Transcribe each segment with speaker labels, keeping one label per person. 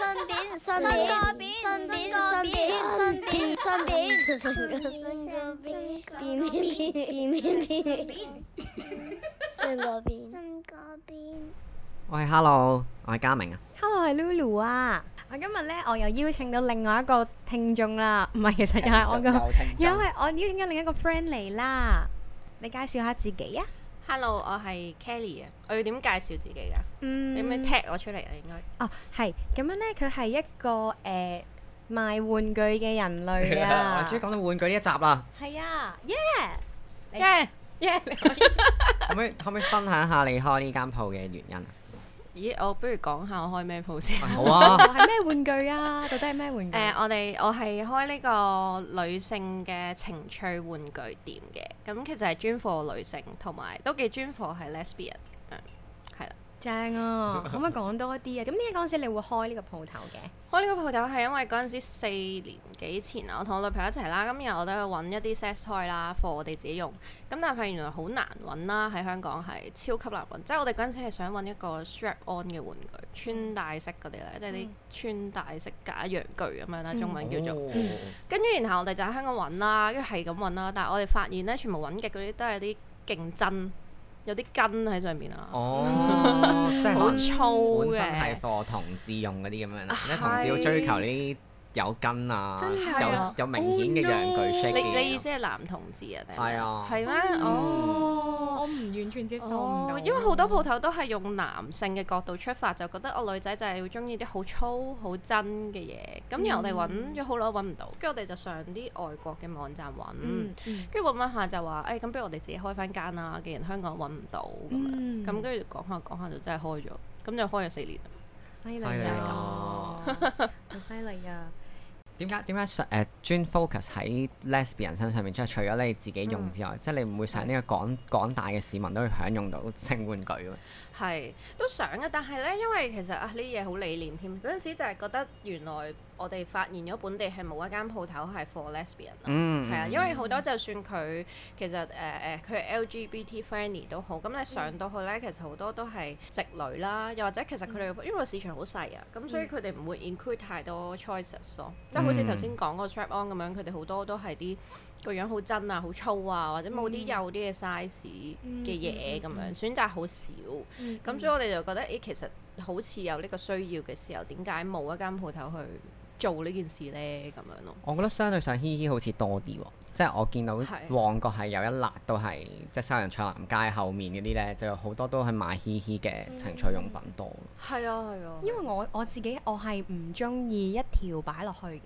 Speaker 1: 順便順便順便順便順便順便順便順便便便順個便順個便。
Speaker 2: 喂，Hello，我係嘉明啊。
Speaker 3: Hello，係 Lulu à. Ờ, 啊！我今日咧，我又邀請到另外一個聽眾啦，唔係，其實又係我個，因為我邀請緊另一個 friend 嚟啦。你介紹下自己啊？
Speaker 4: Hello，我係 Kelly 啊，我要點介紹自己噶？
Speaker 3: 嗯
Speaker 4: 你咪踢我出嚟啊？應該
Speaker 3: 哦，係咁樣咧，佢係一個誒、呃、賣玩具嘅 人類
Speaker 2: 我
Speaker 3: 啊
Speaker 2: 終於，講到玩具呢一集啦，
Speaker 3: 係啊你
Speaker 4: 耶！
Speaker 3: ，yeah，
Speaker 2: 可唔可以可唔可以分享下你開呢間鋪嘅原因啊？
Speaker 4: 咦，我不如講下我開咩鋪先？
Speaker 2: 好 啊，
Speaker 3: 係咩玩具啊？到底係咩玩 具？
Speaker 4: 誒，我哋我係開呢個女性嘅情趣玩具店嘅，咁其實係專 for 女性，同埋都幾專 for 係 lesbian 咁樣係啦。
Speaker 3: 正啊！可唔可以講多啲啊？咁點解嗰陣時你會開呢個鋪頭嘅？
Speaker 4: 開呢個鋪頭係因為嗰陣時四年幾前啊，我同我女朋友一齊啦，咁然後我都去揾一啲 sex toy 啦，for 我哋自己用。咁但係發現原來好難揾啦，喺香港係超級難揾。即係我哋嗰陣時係想揾一個 strap on 嘅玩具，穿戴式嗰啲咧，即係啲穿戴式假陽具咁樣啦，中文
Speaker 2: 嗯
Speaker 4: 叫做。跟住然後我哋就喺香港揾啦，跟住係咁揾啦，但係我哋發現咧，全部揾嘅嗰啲都係啲競爭，有啲筋喺上邊啊，
Speaker 2: 哦，即係可
Speaker 4: 好
Speaker 2: 能
Speaker 4: 粗
Speaker 2: 本
Speaker 4: 嘅。
Speaker 2: 身係貨同志用嗰啲咁樣啦，啊即係同志要追求呢啲有根啊，
Speaker 3: 真係
Speaker 2: 有
Speaker 3: 啊
Speaker 2: 有明顯嘅陽具 shape
Speaker 4: 你
Speaker 2: 嘅
Speaker 4: 你意
Speaker 2: 嘢
Speaker 4: 思係男同志啊？定
Speaker 2: 係啊
Speaker 4: 係咩？哦。
Speaker 3: 唔完全接
Speaker 4: 哦，因為好多鋪頭都係用男性嘅角度出發，就覺得我女仔就係要中意啲好粗、好真嘅嘢。咁然後我哋揾咗好耐揾唔到，跟住我哋就上啲外國嘅網站揾，
Speaker 3: 嗯嗯
Speaker 4: 跟住揾揾下就話，誒、哎咁不如我哋自己開翻間啦。既然香港揾唔到咁
Speaker 3: 嗯
Speaker 4: 樣，咁跟住講下講下就真係開咗，咁就開咗四年啦。
Speaker 3: 犀利
Speaker 2: 犀利
Speaker 3: 啊！
Speaker 2: 啊
Speaker 3: 好犀利啊！
Speaker 2: 點解點解想誒專 focus 喺 lesbian 身上面？即係除咗你自己用之外，即係你唔會想呢個廣廣大嘅市民都會享用到性玩具嘅咩？
Speaker 4: 係都想嘅，但係咧，因為其實啊呢啲嘢好理念添。嗰陣時就係覺得原來我哋發現咗本地係冇一間鋪頭係 for lesbian 啊
Speaker 2: 嗯，
Speaker 4: 係啊，
Speaker 2: 嗯
Speaker 4: 因為好多就算佢其實誒誒佢 LGBT friendly 都好，咁你上到去咧，其實好多都係直女啦，又或者其實佢哋因為個市場好細啊，咁所以佢哋唔會 include 太多 choices 咯，即係好似頭先講個 strap on 咁樣，佢哋好多都係啲個樣好真啊、好粗啊，或者冇啲幼啲嘅 size 嘅嘢咁樣，選擇好少。
Speaker 3: 嗯
Speaker 4: 咁所以我哋就覺得，誒其實好似有呢個需要嘅時候，點解冇一間鋪頭去做呢件事咧？咁樣咯。
Speaker 2: 我覺得相對上嘻嘻好似多啲喎，即係我見到
Speaker 4: 係
Speaker 2: 旺角係有一辣都係即係西洋菜南街後面嗰啲咧，就有好多都係賣嘻嘻嘅情趣用品多。
Speaker 4: 係啊，係啊。
Speaker 3: 因為我我自己我係唔中意一條擺落去嘅，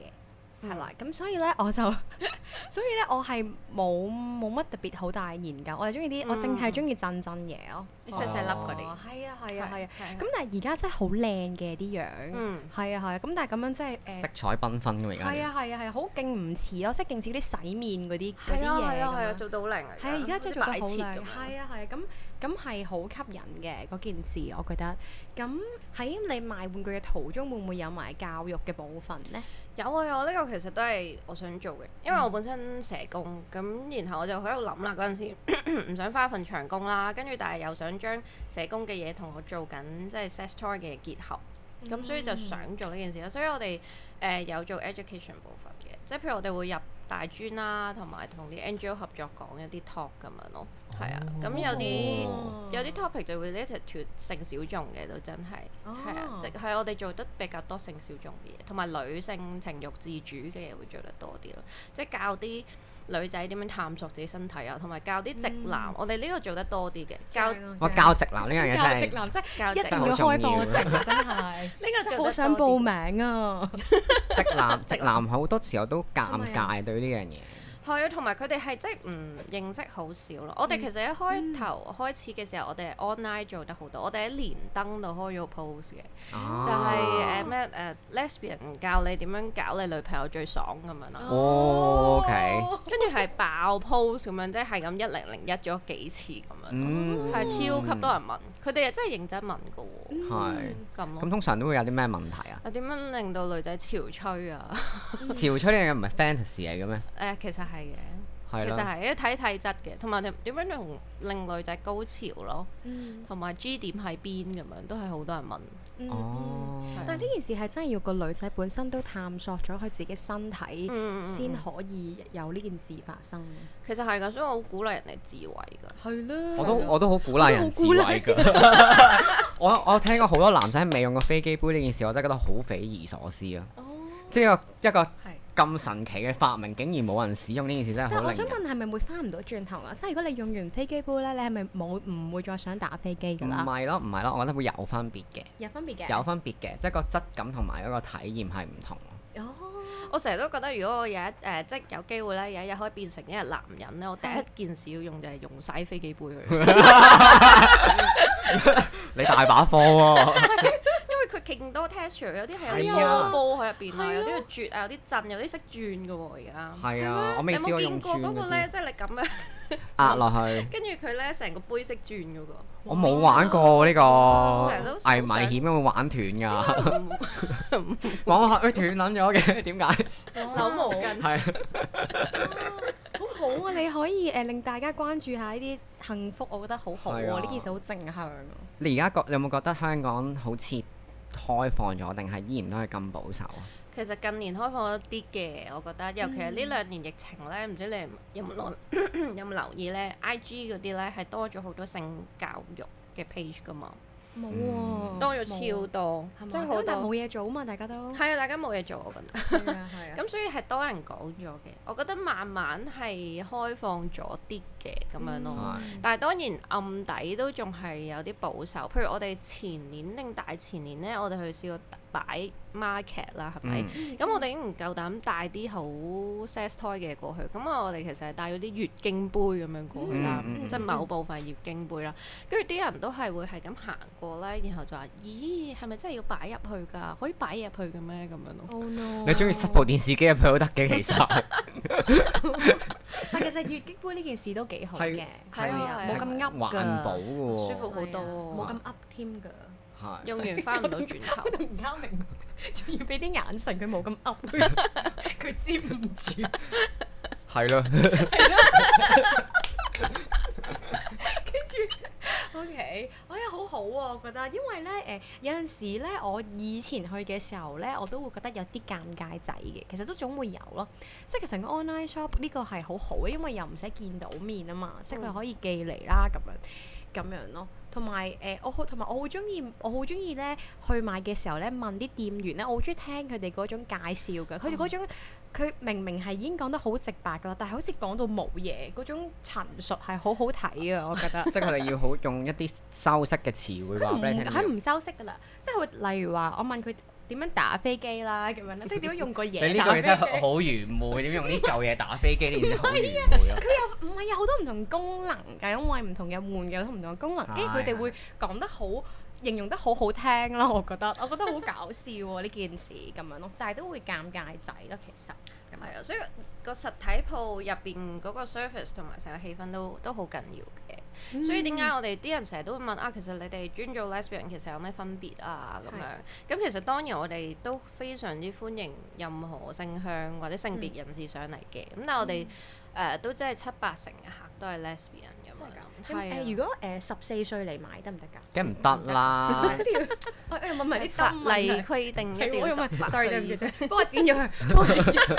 Speaker 4: 嗯
Speaker 3: 係啦、咁所以咧我就 所以咧我係冇冇乜特別好大研究，我係中意啲我淨係中意震震嘢咯，
Speaker 4: 你細細粒嗯嗰啲
Speaker 3: 哦，係啊係啊係啊，
Speaker 4: 係
Speaker 3: 咁但係而家真係好靚嘅啲樣，
Speaker 4: 嗯
Speaker 3: 係啊係啊，咁但係咁樣真係誒
Speaker 2: 色。彩繽紛㗎而家
Speaker 3: 係啊係啊係啊，好勁唔似咯，即係勁似嗰啲洗面嗰啲嗰啲
Speaker 4: 係啊
Speaker 3: 嘢
Speaker 4: 係啊係
Speaker 3: 咁
Speaker 4: 啊，
Speaker 3: 樣
Speaker 4: 做到好靚啊！
Speaker 3: 係啊，而家真係做得好
Speaker 4: 擺
Speaker 3: 靚，
Speaker 4: 設咁樣
Speaker 3: 係啊係啊，咁咁係好吸引嘅嗰件事，我覺得。咁喺你賣玩具嘅途中，會唔會有埋教育嘅部分呢？
Speaker 4: 有啊有啊，呢個其實都係我想做嘅，因為
Speaker 3: 嗯
Speaker 4: 我本身社工，咁然後我就喺度諗啦，嗰陣時 唔想花份長工啦，跟住但係又想將社工嘅嘢同我做緊即係 sex toy 嘅結合，咁、所以就
Speaker 3: 嗯
Speaker 4: 想做呢件事啦。所以我哋誒、呃有做 education 部分嘅，即係譬如我哋會入大專啦，同埋同啲 NGO 合作講一啲 talk 咁樣咯，係啊，咁有啲。
Speaker 2: 哦
Speaker 3: 嗯
Speaker 4: 有啲 topic 就 related to 性小眾嘅都真係，
Speaker 3: 哦
Speaker 4: 係啊，即係我哋做得比較多性小眾嘅嘢，同埋女性情慾自主嘅嘢會做得多啲咯，即係教啲女仔點樣探索自己身體啊，同埋教啲直
Speaker 3: 嗯
Speaker 4: 男，我哋呢個做得多啲嘅，教
Speaker 3: 啊
Speaker 4: 呢
Speaker 2: 我教直男呢樣嘢
Speaker 3: 教
Speaker 2: 真
Speaker 3: 直
Speaker 2: 係
Speaker 3: 男，即
Speaker 4: 教
Speaker 3: 係
Speaker 4: 直
Speaker 3: 一定要開課程，真係。
Speaker 4: 個
Speaker 3: 真
Speaker 4: 做
Speaker 3: 係
Speaker 4: 得
Speaker 3: 好想報
Speaker 4: 多啲
Speaker 3: 名啊！
Speaker 2: 直男直男好多時候都
Speaker 4: Oh
Speaker 2: 尷
Speaker 3: 係咪
Speaker 2: 尬對呢樣嘢。
Speaker 4: 係啊，同埋佢哋係即係唔認識好少咯。我哋
Speaker 3: 嗯
Speaker 4: 其實一開頭開始嘅時候，我哋係 online 做得好多，我哋喺連登度開咗個 post 嘅。
Speaker 2: 啊
Speaker 4: 就係誒咩誒 lesbian 教你點樣搞你女朋友最爽咁樣啦，
Speaker 2: 哦，OK，
Speaker 4: 跟住係爆 post 咁樣，即係咁一零零一咗幾次咁樣，
Speaker 2: 嗯，
Speaker 4: 係超級多人問，佢哋又真係認真問噶喎，嗯
Speaker 2: 係。
Speaker 4: 咁
Speaker 2: 咁
Speaker 4: 咯。
Speaker 2: 通常都會有啲咩問題啊？
Speaker 4: 啊點樣令到女仔潮吹啊？
Speaker 2: 潮吹呢樣嘢唔係 fantasy 嚟嘅咩？
Speaker 4: 誒其實係嘅，
Speaker 2: 係
Speaker 4: 其實
Speaker 2: 啦，
Speaker 4: 係因為睇體質嘅，同埋你點樣同另類就係高潮咯，同埋 G 點喺邊咁樣，都係好多人問。
Speaker 3: 嗯
Speaker 2: 哦，
Speaker 3: 但係呢件事係真係要個女仔本身都探索咗佢自己身體，
Speaker 4: 嗯，嗯嗯
Speaker 3: 先可以有呢件事發生。
Speaker 4: 其實係㗎，所以我好鼓勵人哋自慰㗎。
Speaker 3: 係啦
Speaker 2: 我都我都好鼓勵人自慰㗎。 我我聽過好多男仔未用過飛機杯呢件事，我真係覺得好匪夷所思啊！
Speaker 3: 哦
Speaker 2: 即係一個一個
Speaker 4: 係
Speaker 2: 咁神奇嘅發明，竟然冇人使用呢件事，真係
Speaker 3: 但係
Speaker 2: 好
Speaker 3: 我想
Speaker 2: 令人
Speaker 3: 問係咪會翻唔到轉頭啊？即係如果你用完飛機杯咧，你係咪冇唔會再想打飛機㗎
Speaker 2: 唔
Speaker 3: 啦？
Speaker 2: 係咯，唔係咯，我覺得會有分別嘅，
Speaker 3: 有分別嘅。
Speaker 2: 有分別嘅，即係個質感同埋嗰個體驗係唔同。
Speaker 3: 哦，
Speaker 4: 我成日都覺得，如果我有一誒、即係有機會咧，有一日可以變成一日男人咧，我第一件事要用就係用晒飛機杯佢，因
Speaker 2: 你大把貨喎，
Speaker 4: 為佢勁多 texture，有啲係有
Speaker 2: 係啊
Speaker 4: 啲波波喺入邊啊，有啲係轉啊，有啲震，有啲識轉嘅喎而家。
Speaker 2: 係啊，我
Speaker 4: 你
Speaker 2: 未
Speaker 4: 有
Speaker 2: 試
Speaker 4: 冇
Speaker 2: 過
Speaker 4: 見
Speaker 2: 用
Speaker 4: 過
Speaker 2: 轉
Speaker 4: 嗰
Speaker 2: 嗰
Speaker 4: 個咧？
Speaker 2: 啲
Speaker 4: 即係你咁樣，
Speaker 2: 壓落去，
Speaker 4: 跟住佢咧成個杯識轉嗰個。
Speaker 2: 我冇玩 過呢個
Speaker 4: 啊成日都，想
Speaker 2: 危唔危險啊？會玩斷㗎，
Speaker 4: 唔
Speaker 2: 玩下佢斷撚咗嘅，點解？
Speaker 4: 扭毛巾，
Speaker 2: 係
Speaker 3: 好好啊！你可以誒令大家關注下呢啲幸福，我覺得好好
Speaker 2: 係啊
Speaker 3: 喎。呢件事好正向啊。
Speaker 2: 你而家覺有冇覺得香港好似開放咗，定係依然都係咁保守啊？
Speaker 4: 其實近年開放一啲嘅，我覺得，尤其係呢兩年疫情咧，唔知你有冇留 有冇留意咧？IG 嗰啲咧係多咗好多性教育嘅 page 噶嘛，
Speaker 3: 冇
Speaker 2: 嗯
Speaker 3: 喎，
Speaker 4: 多咗超多，
Speaker 3: 即
Speaker 4: 即係
Speaker 3: 係
Speaker 4: 好
Speaker 3: 好，但係
Speaker 4: 多
Speaker 3: 哦冇。嘢做啊嘛，大家都
Speaker 4: 係啊，大家冇嘢做，我覺得。
Speaker 3: 係啊係啊
Speaker 4: 咁所以係多人講咗嘅，我覺得慢慢係開放咗啲嘅咁樣咯。
Speaker 2: 係
Speaker 4: 但係當然暗底都仲係有啲保守，譬如我哋前年定大前年咧，我哋去試過擺 market 啦，係咪？
Speaker 2: 嗯
Speaker 4: 咁我哋已經唔夠膽帶啲好 sex toy 嘅過去，咁我哋其實係帶咗啲月經杯咁樣過去啦，
Speaker 2: 嗯嗯嗯
Speaker 4: 即係某部分月經杯啦。跟住啲人都係會係咁行過咧，然後就話：咦，係咪真係要擺入去㗎？可以擺入去嘅咩？咁樣咯。
Speaker 3: Oh no！
Speaker 2: 你中意塞部電視機入去都得嘅，其 實
Speaker 3: 啊但其實月經杯呢件事都幾好
Speaker 2: 係
Speaker 3: 嘅，
Speaker 4: 係啊
Speaker 3: 冇咁噏㗎，
Speaker 2: 環保嘅喎，
Speaker 4: 舒服好多
Speaker 3: 冇咁噏添㗎。
Speaker 2: 係
Speaker 4: 用完翻唔到轉頭，
Speaker 3: 唔啱明，仲要俾啲眼神佢冇咁噏，佢接唔住。
Speaker 2: 係咯，
Speaker 3: O K，哎呀，好好喎、我覺得，因為咧誒、有陣時咧，我以前去嘅時候咧，我都會覺得有啲尷尬仔嘅，其實都總會有咯。即係其實個 online shop 呢個係好好嘅，因為又唔使見到面啊嘛，即係佢可以寄嚟啦咁樣咁樣咯。同埋誒，我好同埋我好中意，我好中意咧去買嘅時候咧問啲店員咧，我好中意聽佢哋嗰種介紹㗎，佢哋嗰種。佢明明係已經講得好直白㗎啦，但係好似講到冇嘢嗰種陳述係好好睇啊！我覺得。
Speaker 2: 即係佢哋要好用一啲修飾嘅詞彙話
Speaker 3: 唔
Speaker 2: 俾你聽。
Speaker 3: 佢唔收息噶啦，即係會例如話，我問佢點樣打飛機啦，咁樣 啦，即係點樣用個嘢
Speaker 2: 你呢
Speaker 3: 打
Speaker 2: 個
Speaker 3: 飛
Speaker 2: 其
Speaker 3: 機。
Speaker 2: 實好愚昧，點用呢嚿嘢打飛機 呢件事好愚昧啊！
Speaker 3: 唔係有好多唔同功能㗎，因為唔同嘅換有唔同嘅功能，
Speaker 2: 啊
Speaker 3: 跟住佢哋會講得好，形容得好好聽
Speaker 2: 啊
Speaker 3: 咯。我覺得，我覺得好搞笑喎呢件事咁樣咯，但係都會尷尬仔咯，其實。
Speaker 4: 係啊，所以個實體鋪入邊嗰個 service 同埋成個氣氛都都好緊要嘅。
Speaker 3: 嗯
Speaker 4: 所以點解我哋啲人成日都會問啊，其實你哋專做 lesbian 其實有咩分別啊咁樣？咁其實當然我哋都非常之歡迎任何性向或者性別人士上嚟嘅。
Speaker 3: 嗯
Speaker 4: 咁、但係我哋誒、呃都真係七八成嘅客都係 lesbian 咁樣。
Speaker 3: 咁
Speaker 4: 係啊
Speaker 3: 誒，如果誒十四歲嚟買得唔 得㗎？
Speaker 2: 梗唔得啦，
Speaker 3: 我
Speaker 2: 哎
Speaker 3: 我又問埋啲
Speaker 4: 法
Speaker 2: 啊
Speaker 4: 例
Speaker 3: 係
Speaker 4: 規定一定
Speaker 3: 我
Speaker 4: 要
Speaker 3: 又
Speaker 4: 十八
Speaker 3: 問，sorry 對
Speaker 4: 歲
Speaker 3: 唔
Speaker 4: 以
Speaker 3: 住
Speaker 4: 上。，
Speaker 3: 幫我剪咗佢，幫我剪咗佢，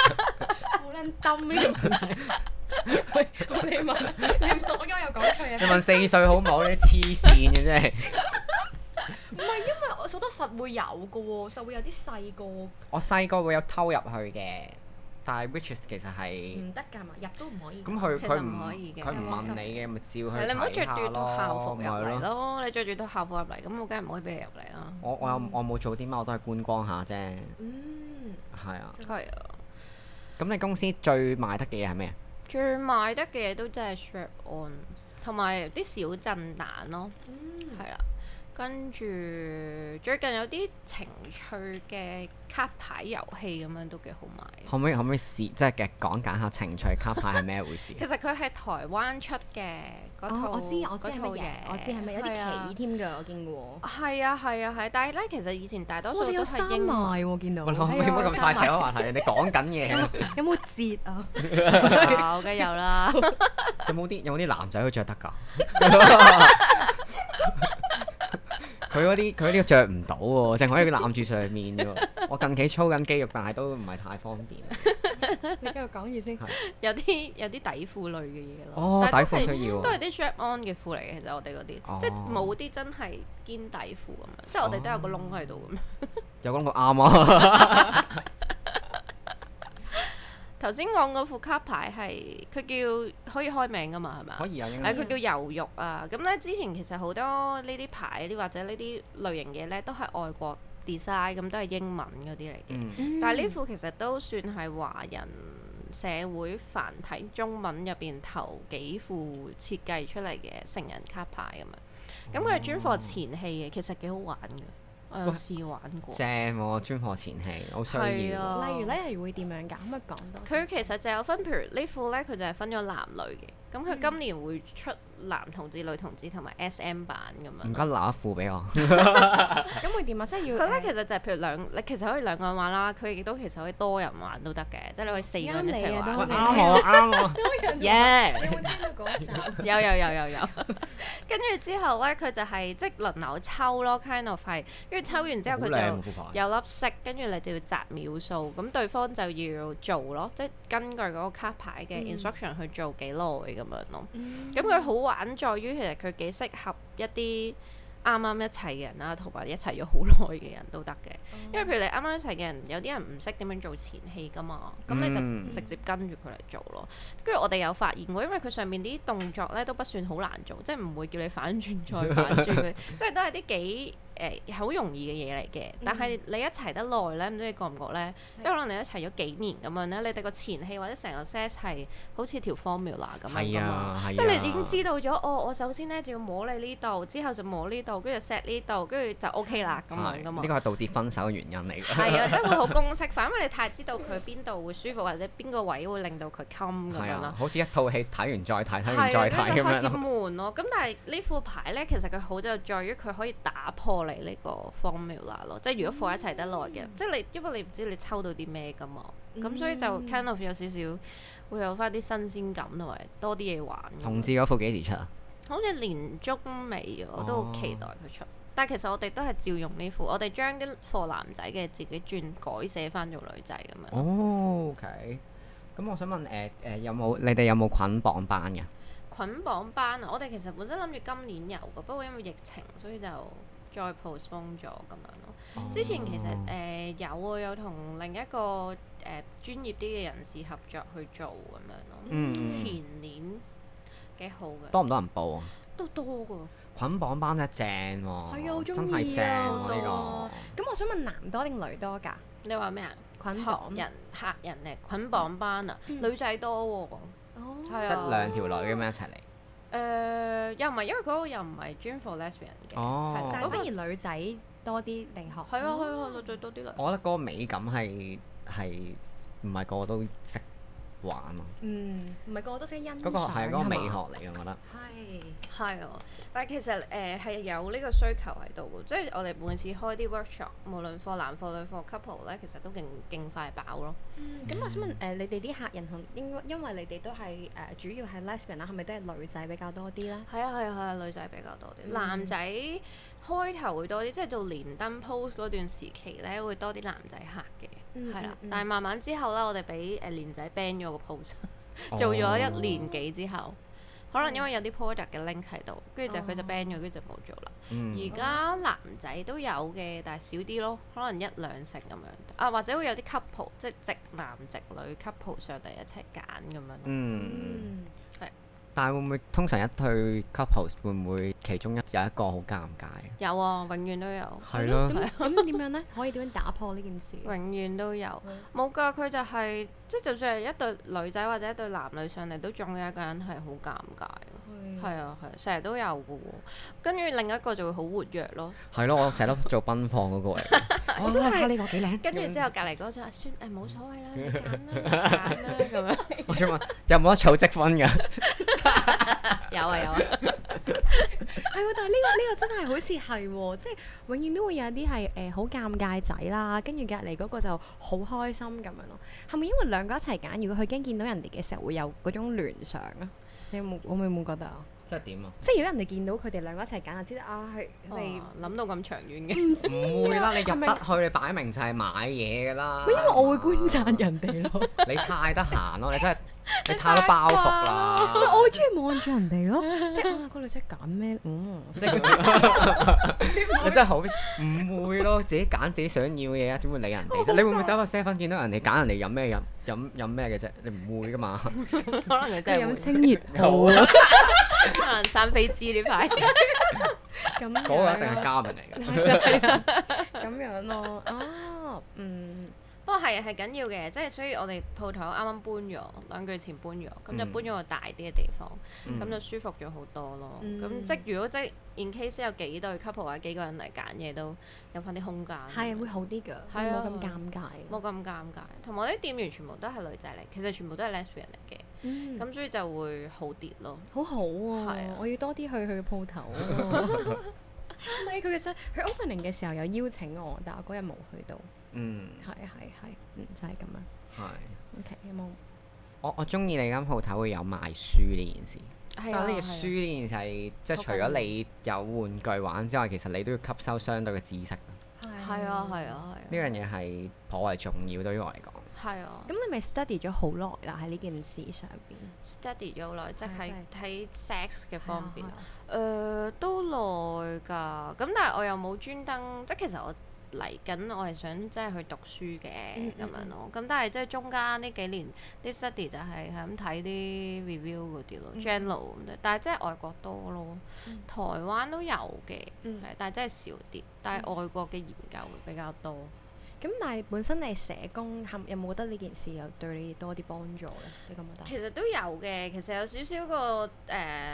Speaker 3: 好撚dumb 呢個問題。喂你問啦，你問我今日又講錯嘢
Speaker 2: 你。問四歲好唔好？你黐線嘅真係。
Speaker 3: 唔係，因為我數得實會有嘅喎，實會有啲細個唔
Speaker 2: 我細個會有偷入去嘅，但係 whiches 其實係
Speaker 3: 得㗎嘛，入都唔可以。
Speaker 2: 咁佢
Speaker 4: 其
Speaker 2: 佢
Speaker 4: 實唔可以嘅
Speaker 2: 佢唔問你嘅，咪照去
Speaker 4: 係你唔好着
Speaker 2: 睇下
Speaker 4: 住套校服入
Speaker 2: 咯，咪係
Speaker 4: 嚟
Speaker 2: 咯。
Speaker 4: 咯，你着住套校服入嚟，咁我梗係唔可以俾你入嚟啦。
Speaker 2: 我我又我冇做啲乜，我都係觀光下啫，
Speaker 3: Ừ, 嗯，
Speaker 2: 係啊。
Speaker 4: 係啊。
Speaker 2: 咁你公司最賣得嘅嘢係咩？
Speaker 4: 最賣得
Speaker 3: ừ. 嗯
Speaker 4: 嘅嘢都真係 strap on，同埋啲小震蛋咯，係啦、跟住最近有啲情趣嘅卡牌遊戲咁樣都幾好買。
Speaker 2: 可唔可以可唔可以試即係嘅講解下情趣卡牌係咩回事？
Speaker 4: 其實佢係台灣出嘅嗰套，
Speaker 3: 哦，我知我知係
Speaker 4: 嗰
Speaker 3: 乜
Speaker 4: 套
Speaker 3: 嘢，我知係乜，有
Speaker 4: 係啊
Speaker 3: 啲旗添㗎，我見過。
Speaker 4: 係啊係啊係，但係咧其實以前大多數
Speaker 3: 我哋
Speaker 4: 都
Speaker 3: 有衫啊
Speaker 4: 係英文。
Speaker 3: 賣喎，見到。
Speaker 2: 我可唔可以唔好咁快扯開話題？人哋講緊嘢啊，
Speaker 3: 有冇折啊？
Speaker 4: 有嘅有 啦，
Speaker 2: 有冇啲有冇啲男仔都着得㗎？佢嗰啲佢嗰啲着唔到喎，淨可以攬住上面啫喎。我近期操緊肌肉，但係都唔係太方便。
Speaker 3: 你繼續講住先。
Speaker 4: 有啲有啲底褲類嘅嘢咯。
Speaker 2: 哦，底
Speaker 4: 但係都
Speaker 2: 褲
Speaker 4: 係
Speaker 2: 需要
Speaker 4: 都
Speaker 2: 啊
Speaker 4: 係。啲 strap on 嘅褲嚟嘅，其實我哋嗰啲，
Speaker 2: 哦
Speaker 4: 即係冇啲真係肩底褲咁樣，即係我哋都有個窿喺度咁樣。
Speaker 2: 哦有講過啱啊，
Speaker 4: 頭先講嗰副卡牌係佢叫可以開名噶嘛，係咪
Speaker 2: 可
Speaker 4: 啊？
Speaker 2: 以啊，應
Speaker 4: 誒
Speaker 2: 該
Speaker 4: 佢叫油肉啊，咁咧之前其實好多呢啲牌呢或者呢啲類型嘢咧都係外國 design 咁都係英文嗰啲嚟嘅，
Speaker 2: 嗯
Speaker 4: 但係呢副其實都算係華人社會繁體中文入邊頭幾副設計出嚟嘅成人卡牌咁樣，咁佢係專貨前戲嘅，其實幾好玩嘅，我有
Speaker 2: 哦哇
Speaker 4: 試玩過。
Speaker 2: 正喎，專貨前戲好需
Speaker 4: 係
Speaker 2: 要。
Speaker 4: 啊，
Speaker 3: 例如咧，係會點樣㗎？可唔可以講多？
Speaker 4: 佢其實就有分，譬如呢副咧，佢就係分咗男女嘅。咁
Speaker 2: 嗯
Speaker 4: 佢今年會出男同志、女同志同埋 S.M 版咁
Speaker 2: 唔
Speaker 4: 樣。
Speaker 2: 該拿一副俾我，
Speaker 3: 咁會點啊？即係要
Speaker 4: 佢咧其實就係譬如兩，你其實可以兩個人玩啦，佢亦都其實可以多人玩都得嘅，即係你可以四個人一齊
Speaker 3: 啱你啊
Speaker 4: 玩。
Speaker 3: 都
Speaker 2: 啱我啱我， 耶！
Speaker 3: 有冇聽過嗰一集？
Speaker 4: 有有有有有。 跟住之後咧，佢就係即係輪流抽咯，kind of 係。跟住抽完之後，
Speaker 2: 好
Speaker 4: 佢
Speaker 2: 靚
Speaker 4: 就
Speaker 2: 喎副牌。
Speaker 4: 有粒色，跟住你就要擲秒數，咁對方就要做咯，即係根據嗰個卡牌嘅
Speaker 3: 嗯
Speaker 4: instruction 去做幾耐咁樣咯。
Speaker 3: Ừ.
Speaker 4: 咁佢好玩在於其實佢幾適合一啲啱啱一齊嘅人啦，同埋一齊咗好耐嘅人都得嘅。因為譬如你啱啱一齊嘅人，有啲人唔識點樣做前戲噶嘛，咁你
Speaker 2: 嗯
Speaker 4: 就直接跟住佢嚟做咯。跟住我哋有發現過，因為佢上面啲動作咧都不算好難做，即係唔會叫你反轉再反轉 佢，即係都係啲幾誒好容易嘅嘢嚟嘅。但係你一齊得耐咧，唔知你覺唔覺咧？即係可能你一齊咗幾年咁樣咧，你哋個前戲或者成個 set 係好似條 formula 咁樣
Speaker 2: 係
Speaker 4: 噶嘛。
Speaker 2: 啊，係啊。
Speaker 4: 即係你已經知道咗，哦，我首先咧就要摸你呢度，之後就摸呢度，跟住錫呢度，跟住就 OK 啦咁樣噶嘛
Speaker 2: 呢。個係導致分手嘅原 因嚟㗎。
Speaker 4: 係啊，即係會好公式化，因為你太知道佢邊度會舒服，或者邊個位會令到佢襟咁
Speaker 2: 係
Speaker 4: 樣
Speaker 2: 啊
Speaker 4: 啦，。
Speaker 2: 好似一套戲睇完再睇，睇完
Speaker 4: 係啊，
Speaker 2: 再
Speaker 4: 跟
Speaker 2: 睇
Speaker 4: 住
Speaker 2: 咁
Speaker 4: 開
Speaker 2: 樣
Speaker 4: 始
Speaker 2: 咯。
Speaker 4: 悶咯。咁但係呢副牌咧，其實佢好就在於佢可以打破你呢個 formula 咯。即係如果放一齊得耐嘅，即係你因為你唔知你抽到啲咩噶嘛，咁所以就 kind of 有少少會有翻啲新鮮感同埋多啲嘢玩咁樣。
Speaker 2: 同志嗰副幾時出啊？
Speaker 4: 好似年中尾，我都好期待佢出。但係其實我哋都係照用呢副，我哋將啲貨男仔嘅自己轉改寫翻做女仔咁樣。嗯
Speaker 2: 哦，OK。咁我想問誒誒有冇你哋有冇捆綁班嘅？
Speaker 4: 捆綁班啊，我哋其實本身諗住今年有嘅，不過因為疫情，所以就再 postpone 咗咁樣咯。
Speaker 2: 哦
Speaker 4: 之前其實誒、呃有啊，有同另一個誒、呃、專業啲嘅人士合作去做咁樣咯。
Speaker 2: 嗯嗯
Speaker 4: 前年幾好嘅，
Speaker 2: 多唔多人報啊？
Speaker 4: 都多㗎。
Speaker 2: 捆綁班真係正喎，
Speaker 3: 係啊好
Speaker 2: 真
Speaker 3: 鍾意啊
Speaker 2: 係正喎
Speaker 4: 好
Speaker 2: 呢
Speaker 4: 多
Speaker 3: 咁我想問男多定女多㗎？
Speaker 4: 你話咩啊？
Speaker 3: 捆
Speaker 4: 學
Speaker 3: 綁
Speaker 4: 人客人嚟捆綁班啊，女仔多喎。
Speaker 3: 哦
Speaker 4: 係
Speaker 2: 個，
Speaker 4: 啊
Speaker 2: 即係兩條女咁樣一齊
Speaker 4: 誒、
Speaker 2: 嚟。
Speaker 4: 又唔係，因為嗰個又唔係專 for lesbian 嘅，
Speaker 2: 哦
Speaker 4: 係啦
Speaker 3: 但
Speaker 4: 嗰個
Speaker 3: 係反
Speaker 4: 係
Speaker 3: 而女仔多啲定學？
Speaker 4: 啊係啊，女仔多啲啦。
Speaker 2: 我覺得嗰個美感係係唔係個個都識玩咯？
Speaker 3: 嗯，唔係個個都識欣賞。
Speaker 2: 嗰個係嗰個美學
Speaker 3: 係嘛
Speaker 2: 嚟嘅，我覺得。
Speaker 3: 係。
Speaker 4: 係啊，但係其實誒係、有呢個需求喺度嘅，即係我哋每次開啲 workshop，無論課男課女課 couple 咧，其實都勁勁快飽咯。
Speaker 3: 嗯咁我想問誒，你哋啲客人同因因為你哋都係誒主要係 lesbian 啦，係咪都係女仔比較多啲啦？
Speaker 4: 係啊係啊係啊，女仔比較多啲，男仔開頭會多啲，即係做連登 post 嗰段時期咧，會多啲男仔客嘅，
Speaker 3: 嗯
Speaker 4: 係啦
Speaker 3: 嗯。嗯
Speaker 4: 但係慢慢之後啦，我哋俾誒連仔 ban 咗個 post。
Speaker 2: 哦
Speaker 4: 做咗一年幾之後，可能因為有啲 product 嘅 link 喺度，跟住就
Speaker 3: 哦
Speaker 4: 佢就 ban 咗，跟住就冇做啦。
Speaker 2: 嗯
Speaker 4: 而家男仔都有嘅，但係少啲咯，可能一兩成咁樣。啊，或者會有啲 couple，即係直男直女 couple 上嚟一齊揀咁樣。
Speaker 2: 嗯，
Speaker 4: 係
Speaker 2: 但係會唔會通常一對 couples 會唔會其中一有一個好尷尬啊？
Speaker 4: 有啊，永遠都有，
Speaker 2: 係咯
Speaker 3: 咁嗯咁點樣咧？可以點樣打破呢件事？
Speaker 4: 永遠都有。
Speaker 3: 嗯
Speaker 4: 冇㗎，佢就係、即係就算係一對女仔或者一對男女上嚟，都仲有一個人係好尷尬咯。
Speaker 3: 係
Speaker 4: 係啊係啊，成日都有嘅喎。跟住另一個就會好活躍咯。
Speaker 2: 係咯，我成日都做奔放嗰個嚟嘅，
Speaker 3: 我都睇呢個幾靚。
Speaker 4: 跟住之後隔離嗰個就話算誒冇所謂啦，你揀啦，你揀 啦咁樣。
Speaker 2: 我想問有冇得儲積分㗎？
Speaker 4: 有啊有啊，
Speaker 3: 係喎，但係呢、個呢、個真係好似係喎，即係永遠都會有啲係誒好尷尬仔啦，跟住隔離嗰個就好開心咁樣咯。係咪因為兩個一齊揀，如果佢驚見到人哋嘅時候會有嗰種聯想啊？你有冇我有冇覺得啊？
Speaker 2: 即係點啊？
Speaker 3: 即係如果人哋見到佢哋兩個一齊揀，就知道啊，佢哋
Speaker 4: 哇哦諗到咁長遠嘅。
Speaker 3: 唔知啊
Speaker 2: 唔會啦，你
Speaker 3: 係
Speaker 2: 入
Speaker 3: 咪
Speaker 2: 得去，你擺明就係買嘢㗎啦。
Speaker 3: 因為我會觀察人哋咯，
Speaker 2: 你太得閒咯，你真係你太多包袱啦。
Speaker 3: 我會中意望住人 哋咯，即係啊個女仔揀咩？嗯，
Speaker 2: 你真係好唔會咯，自己揀自己想要嘅嘢，點會理人哋啫？你會唔會走去 seven 見到人哋揀人哋飲咩飲飲飲咩嘅啫？你唔會噶 嘛？
Speaker 4: 可能佢真係
Speaker 3: 有
Speaker 4: 會，
Speaker 3: 清熱
Speaker 2: 好
Speaker 3: 泡啊
Speaker 4: 可能生飛枝呢 排。
Speaker 3: 咁樣
Speaker 2: 嗰個一定
Speaker 3: 咯
Speaker 2: 係嘉文嚟嘅。
Speaker 3: 咁樣咯，啊，嗯，
Speaker 4: 不過係係緊要嘅，即係所以我哋鋪頭啱啱搬咗，兩個月前搬咗，咁就搬咗個大啲嘅地方，嗯
Speaker 2: 嗯
Speaker 4: 咁、就舒服咗好多咯。咁、
Speaker 3: 嗯
Speaker 4: 即係如果即係 in case 有幾對 couple 或者幾個人嚟揀嘢，都有翻啲空間。
Speaker 3: 係會好啲噶，
Speaker 4: 係啊
Speaker 3: 冇咁尷尬。
Speaker 4: 冇咁尷尬，同埋我啲店員全部都係女仔嚟，其實全部都係 lesbian 嚟嘅，
Speaker 3: 嗯，
Speaker 4: 咁、所以就會好啲咯。
Speaker 3: 好好
Speaker 4: 係
Speaker 3: 喎
Speaker 4: 啊，
Speaker 3: 我要多啲去佢嘅鋪頭 喎。唔係佢其實佢 opening 嘅時候有邀請我，但我嗰日冇去到。
Speaker 2: 嗯，
Speaker 3: 係係係，嗯就係咁樣。
Speaker 2: 係。
Speaker 3: OK，有冇？
Speaker 2: 我我中意你間鋪頭會有賣書呢件事，即
Speaker 4: 係
Speaker 2: 係
Speaker 4: 啊
Speaker 2: 呢個
Speaker 4: 係啊
Speaker 2: 書呢件事係即係除咗你有玩具玩之外，其實你都要吸收相對嘅知識。呢
Speaker 4: 係啊係啊係啊
Speaker 2: 樣嘢係頗為重要對於我嚟講。
Speaker 4: 係啊
Speaker 3: 咁你咪 study 咗好耐啦喺呢件事上邊。
Speaker 4: ，study 咗好耐，即係
Speaker 3: 係
Speaker 4: 喺
Speaker 3: 啊
Speaker 4: 喺 sex 嘅方面
Speaker 3: 係。啊
Speaker 4: 誒、呃都耐㗎，咁但係我又冇專登，即係其實我嚟緊，我係想即係去讀書嘅咁、
Speaker 3: 嗯嗯
Speaker 4: 樣咯。咁但係即係中間呢幾年啲 study 就係係咁睇啲 review 嗰啲咯
Speaker 3: 嗯
Speaker 4: ，general 咁啫。但係即係外國多咯，
Speaker 3: 嗯
Speaker 4: 台灣都有嘅，係、
Speaker 3: 嗯
Speaker 4: 但係真係少啲。但係外國嘅研究比較多。
Speaker 3: 係啊咁但係本身你係社工，係有冇覺得呢件事有對你多啲幫助咧？你覺唔覺得？
Speaker 4: 其實都有嘅，其實有少少個誒誒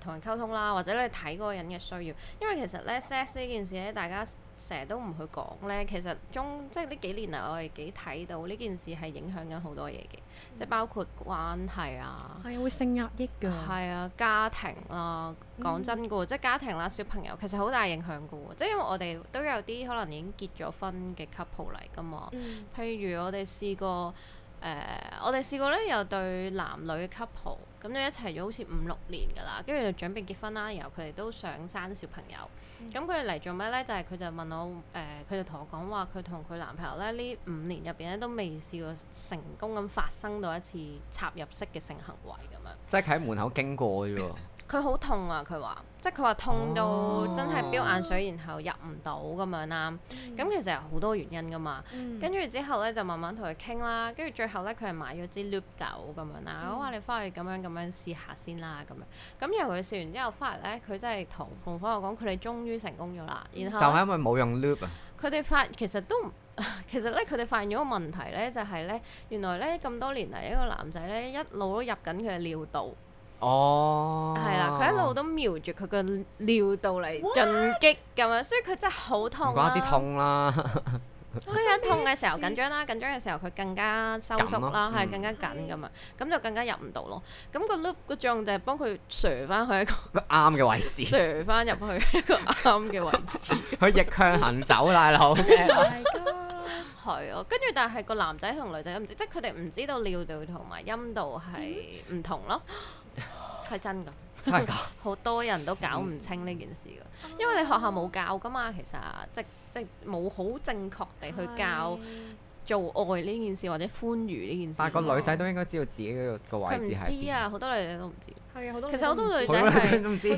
Speaker 4: 同人溝通啦，或者你睇嗰個人嘅需要，因為其實咧 sex 呢件事咧，大家成日都唔去講咧，其實中即係呢幾年嚟，我係幾睇到呢件事係影響緊好多嘢嘅，即係包括關係啊。
Speaker 3: 係啊，會性壓抑㗎。
Speaker 4: 係啊，家庭啦，講真嘅喎，即係家庭啦，小朋友其實好大影響嘅喎，即係因為我哋都有啲可能已經結咗婚嘅 couple 嚟㗎嘛，
Speaker 3: 嗯。
Speaker 4: 譬如我哋試過誒、我哋試過咧有對男女嘅 couple，咁就一齊咗好似五六年㗎啦，跟住就準備結婚啦，然後佢哋都想生小朋友，咁佢哋嚟做咩咧？就係、佢就問我誒，佢、就同我講話佢同佢男朋友咧呢五年入邊咧都未試過成功咁發生到一次插入式嘅性行為咁樣。
Speaker 2: 即係佢喺門口經過啫喎。
Speaker 4: 佢好痛啊！佢話，即係佢話痛到真係飆眼水，然後入唔到咁樣啦。咁其實有好多原因噶嘛。
Speaker 3: 嗯
Speaker 4: 跟住之後咧就慢慢同佢傾啦，跟住最後咧佢係買咗支 loop 酒咁樣啦。我話你翻去咁樣咁樣試下先啦，咁樣。咁然後佢試完之後翻嚟咧，佢真係同同朋友講，佢哋終於成功咗啦。然
Speaker 2: 就
Speaker 4: 後
Speaker 2: 係
Speaker 4: 呢
Speaker 2: 因為冇用 loop 啊。
Speaker 4: 佢哋發其實都唔。 其實咧，佢哋發現咗個問題咧，就係咧，原來咧咁多年嚟，一個男仔咧一路都入緊佢嘅尿道，
Speaker 2: 哦，
Speaker 4: 係啦，佢一路都瞄住佢個尿道嚟進擊咁樣，所以佢真係好
Speaker 2: 唔
Speaker 4: 痛啊
Speaker 2: 怪
Speaker 4: 啦。
Speaker 2: 之痛啦，
Speaker 4: 佢有痛嘅時候緊張啦，緊張嘅時候佢更加收縮啦，
Speaker 2: 緊咯
Speaker 4: 係
Speaker 2: 嗯
Speaker 4: 更加緊咁啊，咁就更加入唔到咯。咁個 loop 個作用就係幫佢 s 翻去一個
Speaker 2: 啱嘅 位置，
Speaker 4: s 翻入 去一個啱嘅位置，
Speaker 2: 佢逆向行走，大佬。
Speaker 3: Oh
Speaker 4: 係啊。跟住但係個男仔同女仔唔知，即係佢哋唔知道尿道同埋陰道係
Speaker 2: 嗯
Speaker 4: 唔同 咯，係真㗎。
Speaker 2: 真係㗎，
Speaker 4: 好多人都搞唔清呢件事
Speaker 2: 嗯
Speaker 4: 㗎， 因為你學校冇教㗎嘛，其實即即冇好正確地去教做愛呢件事或者歡愉呢件事。
Speaker 2: 但係個女仔都應該知道自己個個位
Speaker 4: 佢
Speaker 2: 置係
Speaker 4: 唔知
Speaker 2: 邊，
Speaker 4: 啊，好多女仔都唔知。
Speaker 3: 係啊，好多
Speaker 4: 其實好多女
Speaker 3: 女
Speaker 4: 仔
Speaker 3: 仔。
Speaker 2: 好多女都唔知。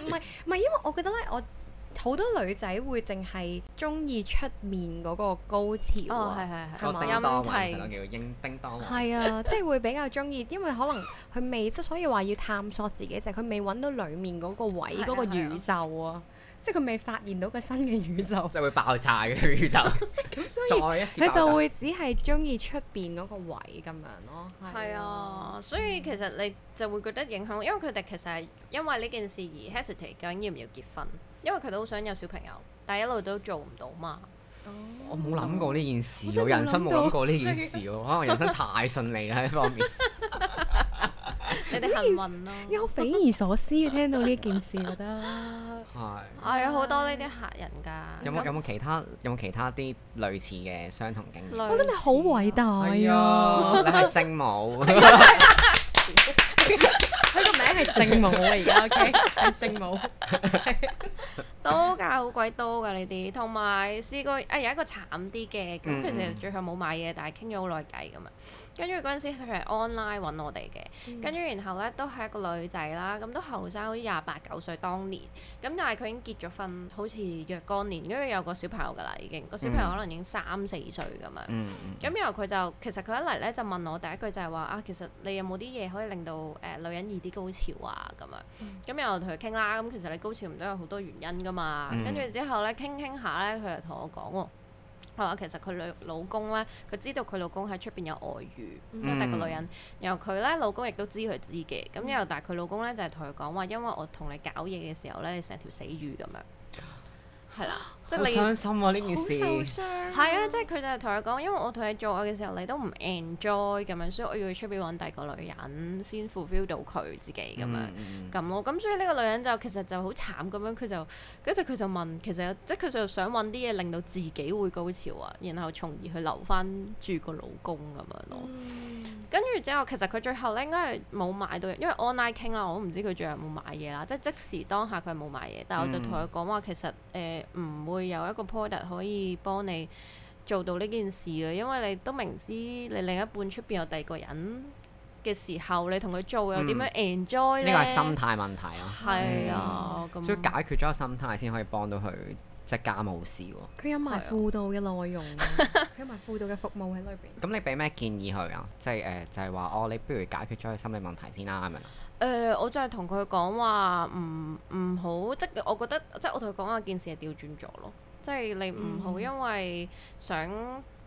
Speaker 3: 唔係唔係，因為我覺得咧，我好多女仔會淨係中意出面嗰個高潮
Speaker 4: 哦，係
Speaker 3: 啊，
Speaker 4: 係係，
Speaker 2: 個
Speaker 3: 係嘛
Speaker 2: 叮當
Speaker 4: 陰
Speaker 2: 環，
Speaker 4: 蒂
Speaker 2: 成日叫應叮當環。
Speaker 3: 係啊，即係會比較中意，因為可能佢未即係所以話要探索自己，就係佢未揾到裡面嗰個位
Speaker 4: 係啊
Speaker 3: 嗰個宇宙啊，即係佢未發現到個新嘅宇宙，
Speaker 2: 即係會爆炸嘅宇宙，
Speaker 3: 咁所以
Speaker 2: 再一次
Speaker 3: 佢
Speaker 2: 爆炸
Speaker 3: 就會只係中意出邊嗰個位咁樣咯。
Speaker 4: 係啊，所以其實你就會覺得影響，因為佢哋其實係因為呢件事而 hesitate 究竟要唔要結婚，因為佢都好想有小朋友，但係一路都做唔到 嘛。
Speaker 2: 我冇諗過呢件事喎，
Speaker 3: 我真係冇
Speaker 2: 人生冇
Speaker 3: 諗到
Speaker 2: 諗過呢件事喎，可能人生太順利啦呢方面。
Speaker 4: 你哋幸運咯。
Speaker 3: 你好匪夷所思嘅聽到呢件事，覺 得
Speaker 2: 係。
Speaker 4: 係啊有好多呢
Speaker 3: 啊
Speaker 4: 啲客人㗎。
Speaker 2: 有冇
Speaker 4: 啊咁
Speaker 2: 有冇其他有冇其他啲類似嘅相同經驗？
Speaker 4: 類
Speaker 3: 我覺得你好偉大
Speaker 2: 係
Speaker 3: 啊！
Speaker 2: 啊，你係聖母，
Speaker 3: 佢個名係聖母啊，而家 OK 係聖母。
Speaker 4: 多㗎，好鬼多㗎呢啲，同埋試過啊有一個慘啲嘅，咁
Speaker 2: 嗯
Speaker 4: 佢其實
Speaker 2: 嗯
Speaker 4: 最後冇買嘢，但係傾咗好耐偈咁樣。跟住嗰陣時佢係 online 揾我哋
Speaker 2: 嗯
Speaker 4: 嘅，跟住然後咧都係一個女仔啦，咁都後生，好似廿八九歲當年，咁但係佢已經結咗婚，好似若干年，跟住有個小朋友㗎啦已經，個小朋友
Speaker 2: 嗯
Speaker 4: 可能已經三四歲咁樣。
Speaker 2: 嗯，
Speaker 4: 咁然後佢就其實佢一嚟咧就問我第一句就係話啊，其實你有冇啲嘢可以令到誒、呃女人易啲高潮啊咁樣？咁然後同佢傾啦，咁其實你高潮唔都有好多原因噶嘛。
Speaker 2: 嗯
Speaker 4: 跟住、之後咧傾傾下咧，佢就同我講喎。佢話其實佢女老公咧，佢知道佢老公喺出邊有外遇，即係第個女人。然後佢咧老公亦都知佢知嘅，咁然後但係佢老公咧就係同佢講話，因為我同你搞嘢嘅時候咧，你成條死魚咁樣，係啦，即
Speaker 2: 好
Speaker 4: 係你。
Speaker 2: 傷心啊！呢件
Speaker 3: 好
Speaker 2: 事
Speaker 3: 受傷。
Speaker 4: 係啊，即係佢就係同佢講，因為我同你做愛嘅時候，你都唔 enjoy 咁樣，所以我要去出邊揾第二個女人先 fulfill 到佢自己咁啊樣。
Speaker 2: 嗯嗯
Speaker 4: 咁咯，咁所以呢個女人就其實就好慘咁樣，佢就跟住佢就問，其實有即係佢就想揾啲嘢令到自己會高潮啊，然後從而去留翻住個老公咁樣咯。跟住之後，其實佢最後咧應該係冇買到，因為 online 傾啦，我都唔知佢最後有冇買嘢啦。即係即時當下佢係冇買嘢，但係我
Speaker 2: 嗯
Speaker 4: 就同佢講話，其實誒唔、會有一個 product 可以幫你做到呢件事嘅，因為你都明知你另一半出邊有第二個人嘅時候，你同佢做又點樣 enjoy
Speaker 2: 嗯呢
Speaker 4: 咧？
Speaker 2: 個係心態問題咯，
Speaker 4: 係啊，咁
Speaker 2: 所以解決咗個心態先可以幫到佢即係家務事喎。
Speaker 3: 佢有埋輔導嘅 內容啊，佢有埋輔導嘅服務喺裏邊。
Speaker 2: 咁你俾咩建議佢啊？即係誒、就係、話哦，你不如解決咗佢心理問題先啦，咁樣。
Speaker 4: 誒、呃我就係同佢講話唔唔好，即係我覺得，即係我同佢講話件事係調轉咗咯，即係你唔好
Speaker 3: 嗯
Speaker 4: 因為想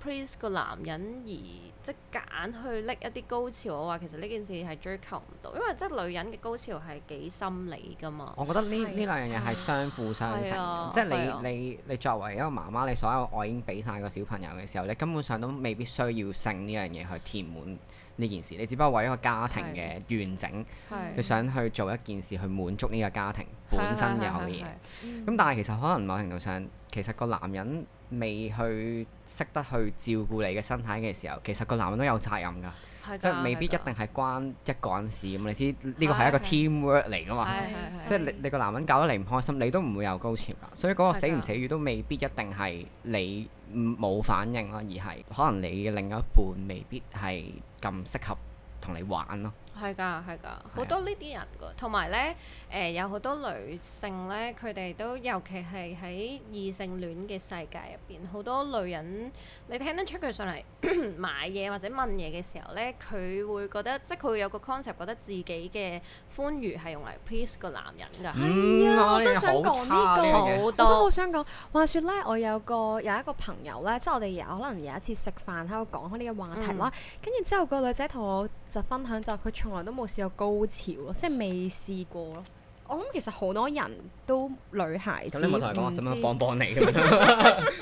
Speaker 4: please 個男人而即係夾硬去拎一啲高潮。我話其實呢件事係追求唔到，因為即係女人嘅高潮係幾心理㗎嘛。
Speaker 2: 我覺得呢
Speaker 3: 係啊
Speaker 2: 呢兩樣嘢係相輔相成
Speaker 4: 係啊
Speaker 2: 嘅，即
Speaker 4: 係啊
Speaker 2: 係你你你作為一個媽媽，你所有愛已經俾晒個小朋友嘅時候，你根本上都未必需要性呢樣嘢去填滿呢件事。你只不過為一個家庭嘅完整，
Speaker 4: 係
Speaker 2: 你想去做一件事去滿足呢個家庭本身有嘅嘢。咁
Speaker 4: 嗯
Speaker 3: 咁
Speaker 2: 但係其實可能某程度上，其實個男人未去識得去照顧你嘅身體嘅時候，其實個男人都有責任㗎，
Speaker 4: 係
Speaker 2: 即係未必一定
Speaker 4: 係
Speaker 2: 係關一個人事咁。你知呢個係一個
Speaker 4: 係係
Speaker 2: teamwork 嚟㗎嘛。
Speaker 4: 係
Speaker 2: 即係
Speaker 4: 係
Speaker 2: 你你個男人搞得你唔開心，你都唔會有高潮㗎。所以嗰個死唔死魚都未必一定係你唔冇反應咯，而係可能你嘅另一半未必係咁適合同你玩咯。
Speaker 4: 係㗎係㗎，好多呢啲人㗎，同埋咧誒有好多女性咧，佢哋都尤其係喺異性戀嘅世界入邊，好多女人你聽得出佢上嚟 買嘢或者問嘢嘅時候咧，佢會覺得即係佢會有個 concept 覺得自己嘅歡愉係用嚟 please 個男人㗎，
Speaker 3: 係啊我都
Speaker 2: 哋
Speaker 3: 想
Speaker 2: 好
Speaker 3: 講呢
Speaker 2: 差
Speaker 3: 個
Speaker 2: 樣嘢
Speaker 4: 好
Speaker 3: 我都好
Speaker 4: 多
Speaker 3: 想講，話説咧，我有個有一個朋友咧，即係我哋有可能有一次食飯喺度講開呢個話題啦，
Speaker 4: 嗯
Speaker 3: 跟住之後個女仔同我就分享就佢從來都冇試過高潮咯，即係未試過咯。我諗其實好多人都女孩子
Speaker 2: 咁你冇同佢講話
Speaker 3: 唔
Speaker 2: 使唔
Speaker 3: 知
Speaker 2: 使幫幫你咁樣？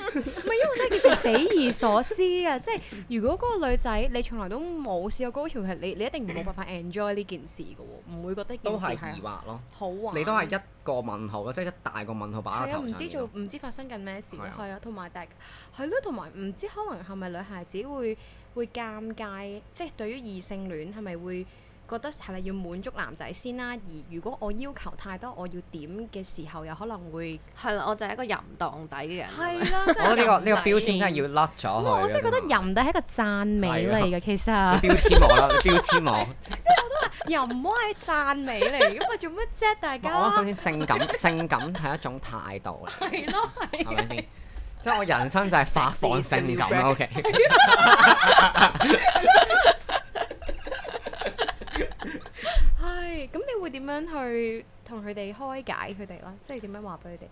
Speaker 3: 即係其實匪夷所思啊！即係如果嗰個女仔你從來都冇試過高潮，其實你你一定冇辦法 enjoy 呢件事嘅喎，唔會覺得呢
Speaker 2: 都
Speaker 3: 件事
Speaker 2: 係疑
Speaker 3: 係
Speaker 2: 惑咯。
Speaker 3: 好玩。
Speaker 2: 你都係一個問號咯，即係一大個問號擺喺
Speaker 3: 係啊，
Speaker 2: 頭
Speaker 3: 唔
Speaker 2: 上
Speaker 3: 知
Speaker 2: 面
Speaker 3: 做
Speaker 2: 咯。
Speaker 3: 唔知發生緊咩事，
Speaker 2: 係啊
Speaker 3: 係啊，同埋大係咯，同埋唔知可能係咪女孩子會會尷尬，即係對於異性戀係咪會覺得係咪要滿足男仔先啦？而如果我要求太多，我要點嘅時候，又可能會
Speaker 4: 係啦，我就係一個淫蕩底嘅人咁樣。
Speaker 3: 啦。
Speaker 2: 我覺得呢個呢個標籤真係要甩咗
Speaker 3: 咁
Speaker 2: 佢。
Speaker 3: 我真係覺得啊
Speaker 2: 人
Speaker 3: 淫帝係一個讚美
Speaker 2: 係啊
Speaker 3: 嚟嘅，其實。
Speaker 2: 標籤我啦，你標籤 我。
Speaker 3: 又唔好係讚美嚟，咁啊做乜啫？大
Speaker 2: 唔係我覺得首
Speaker 3: 家
Speaker 2: 先性感性感係一種態度嚟。
Speaker 3: 係咯，
Speaker 2: 係咪先？即係我人生就係發放性感啦，OK？
Speaker 3: 係咁，你會點樣去同佢哋開解佢哋啦？即係點樣話俾佢哋聽？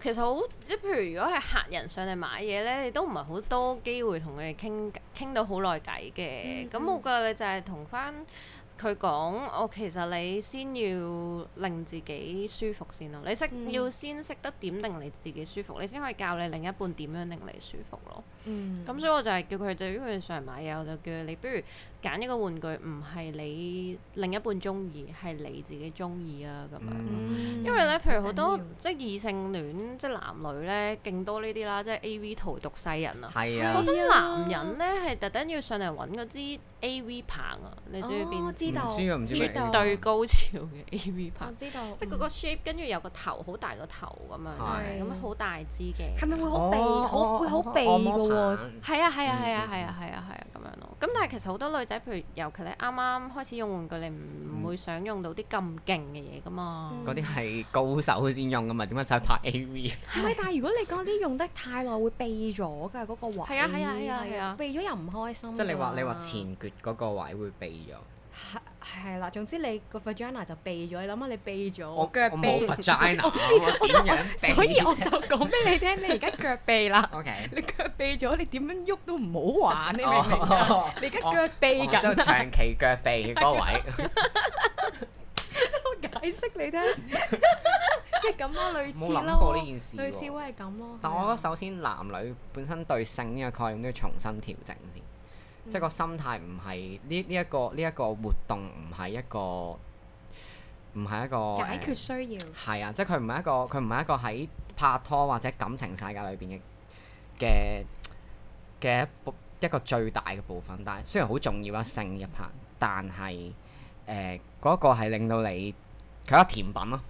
Speaker 4: 其實好即係譬如如果係客人上嚟買嘢咧，你都唔係好多機會同佢哋傾傾到好耐偈
Speaker 3: 嗯
Speaker 4: 嘅。咁、我覺得你就係同翻佢講，我其實你先要令自己舒服先咯。你識、
Speaker 3: 嗯
Speaker 4: 要先識得點令你自己舒服，你先可以教你另一半點樣令你舒服咯。
Speaker 3: 嗯，
Speaker 4: 咁所以我就係叫佢，就如果佢上嚟買嘢，我就叫佢你不如揀一個玩具，唔係你另一半中意，係你自己中意啊咁樣。
Speaker 3: 嗯
Speaker 4: 因為咧，譬如好多即係異性戀，即係男女咧，勁多呢啲啦，即係 A.V. 荼毒世人啊！
Speaker 2: 係
Speaker 4: 好
Speaker 2: 啊，
Speaker 4: 多男人咧係特登要上嚟揾嗰支 A.V. 棒啊，你知唔知邊
Speaker 3: 哦知道
Speaker 2: 唔知啊唔知咩
Speaker 3: 道
Speaker 4: 對高潮嘅 A.V.
Speaker 3: 我
Speaker 4: 棒？
Speaker 3: 知道，
Speaker 4: 即係嗰個 shape，跟住有個頭好大個頭咁樣啦，
Speaker 2: 係
Speaker 4: 咁好大支嘅。
Speaker 3: 係咪會好避
Speaker 2: 哦
Speaker 3: 好會好避
Speaker 2: 按摩
Speaker 3: 㗎喎？
Speaker 2: 棒
Speaker 4: 係啊係啊係啊
Speaker 2: 嗯嗯
Speaker 4: 係啊係啊係啊咁樣咯。咁但係其實好多女仔，譬如尤其你啱啱開始用玩具，你唔唔會想用到啲咁勁嘅嘢噶嘛。
Speaker 3: 嗯
Speaker 2: 嗰啲係高手先用噶嘛，點解就係拍 A.V.？
Speaker 3: 唔係，但係如果你嗰啲用得太耐，會避咗㗎嗰個位。
Speaker 4: 係啊係啊係啊係啊
Speaker 3: 避咗又唔開心。
Speaker 2: 即係你話你話
Speaker 3: 前
Speaker 2: 前橛嗰個位會避咗，
Speaker 3: 係啦，總之你個 vagina 就避咗，你諗下你避咗，
Speaker 2: 我我
Speaker 3: 腳避
Speaker 2: 冇 vagina，
Speaker 3: 我
Speaker 2: 我點樣
Speaker 3: 所以
Speaker 2: 避
Speaker 3: 我就講俾你聽，你而家腳避啦，
Speaker 2: ？O K。
Speaker 3: 你腳避咗，你點樣喐都唔好玩，你
Speaker 2: Ờ.
Speaker 3: 明唔明啊？
Speaker 2: 哦
Speaker 3: 你而家腳避
Speaker 2: 哦即
Speaker 3: 緊
Speaker 2: 係
Speaker 3: 啦，
Speaker 2: 長期腳避嗰 位，
Speaker 3: 我解釋你聽，即係咁咯，類似
Speaker 2: 冇諗過呢
Speaker 3: 咯，
Speaker 2: 件事
Speaker 3: 類似
Speaker 2: 喎。
Speaker 3: 會係咁咯。
Speaker 2: 但我覺
Speaker 3: 係
Speaker 2: 得
Speaker 3: 啊
Speaker 2: 首先男女本身對性呢個概念都要重新調整
Speaker 3: 嗯
Speaker 2: 先，即係個心態唔係呢呢一個呢一個活動唔係一個唔係一個
Speaker 3: 解決需要，
Speaker 2: 係啊，即係佢唔係一個佢唔係一個喺拍拖或者感情世界裏邊嘅嘅嘅一部一個最大嘅部分，但係雖然好重要啦，性一 part，但係誒嗰個係令到你佢有甜品咯。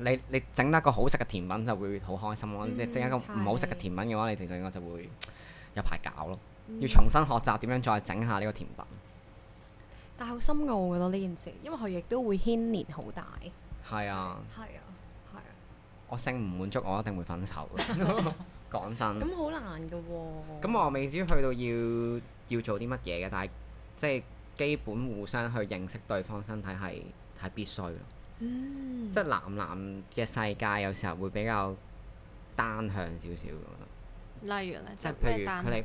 Speaker 2: 你你整得一個好食嘅甜品就會好開心咯，
Speaker 3: 嗯
Speaker 2: 你整一個唔好食嘅
Speaker 3: 係
Speaker 2: 甜品嘅話，你哋兩個就會有排搞咯，
Speaker 3: Ừ.
Speaker 2: 要重新學習點樣再整下呢個甜品。
Speaker 3: 但係好深奧嘅咯呢件事，因為佢亦都會牽連好大。
Speaker 2: 係啊，
Speaker 3: 係啊，係啊，
Speaker 2: 我性唔滿足，我一定會分手 嘅。講真。
Speaker 3: 咁好難嘅喎。
Speaker 2: 咁我未至於去到要要做啲乜嘢嘅，但係即係基本互相去認識對方身體係係必須咯。
Speaker 3: Ừ. 嗯
Speaker 2: 即係男男嘅世界有時候會比較單向少少嘅，我覺得。
Speaker 4: 例如咧，即
Speaker 2: 即
Speaker 4: 係
Speaker 2: 係譬
Speaker 4: 嗯咩
Speaker 2: 如
Speaker 4: 單
Speaker 2: 佢哋，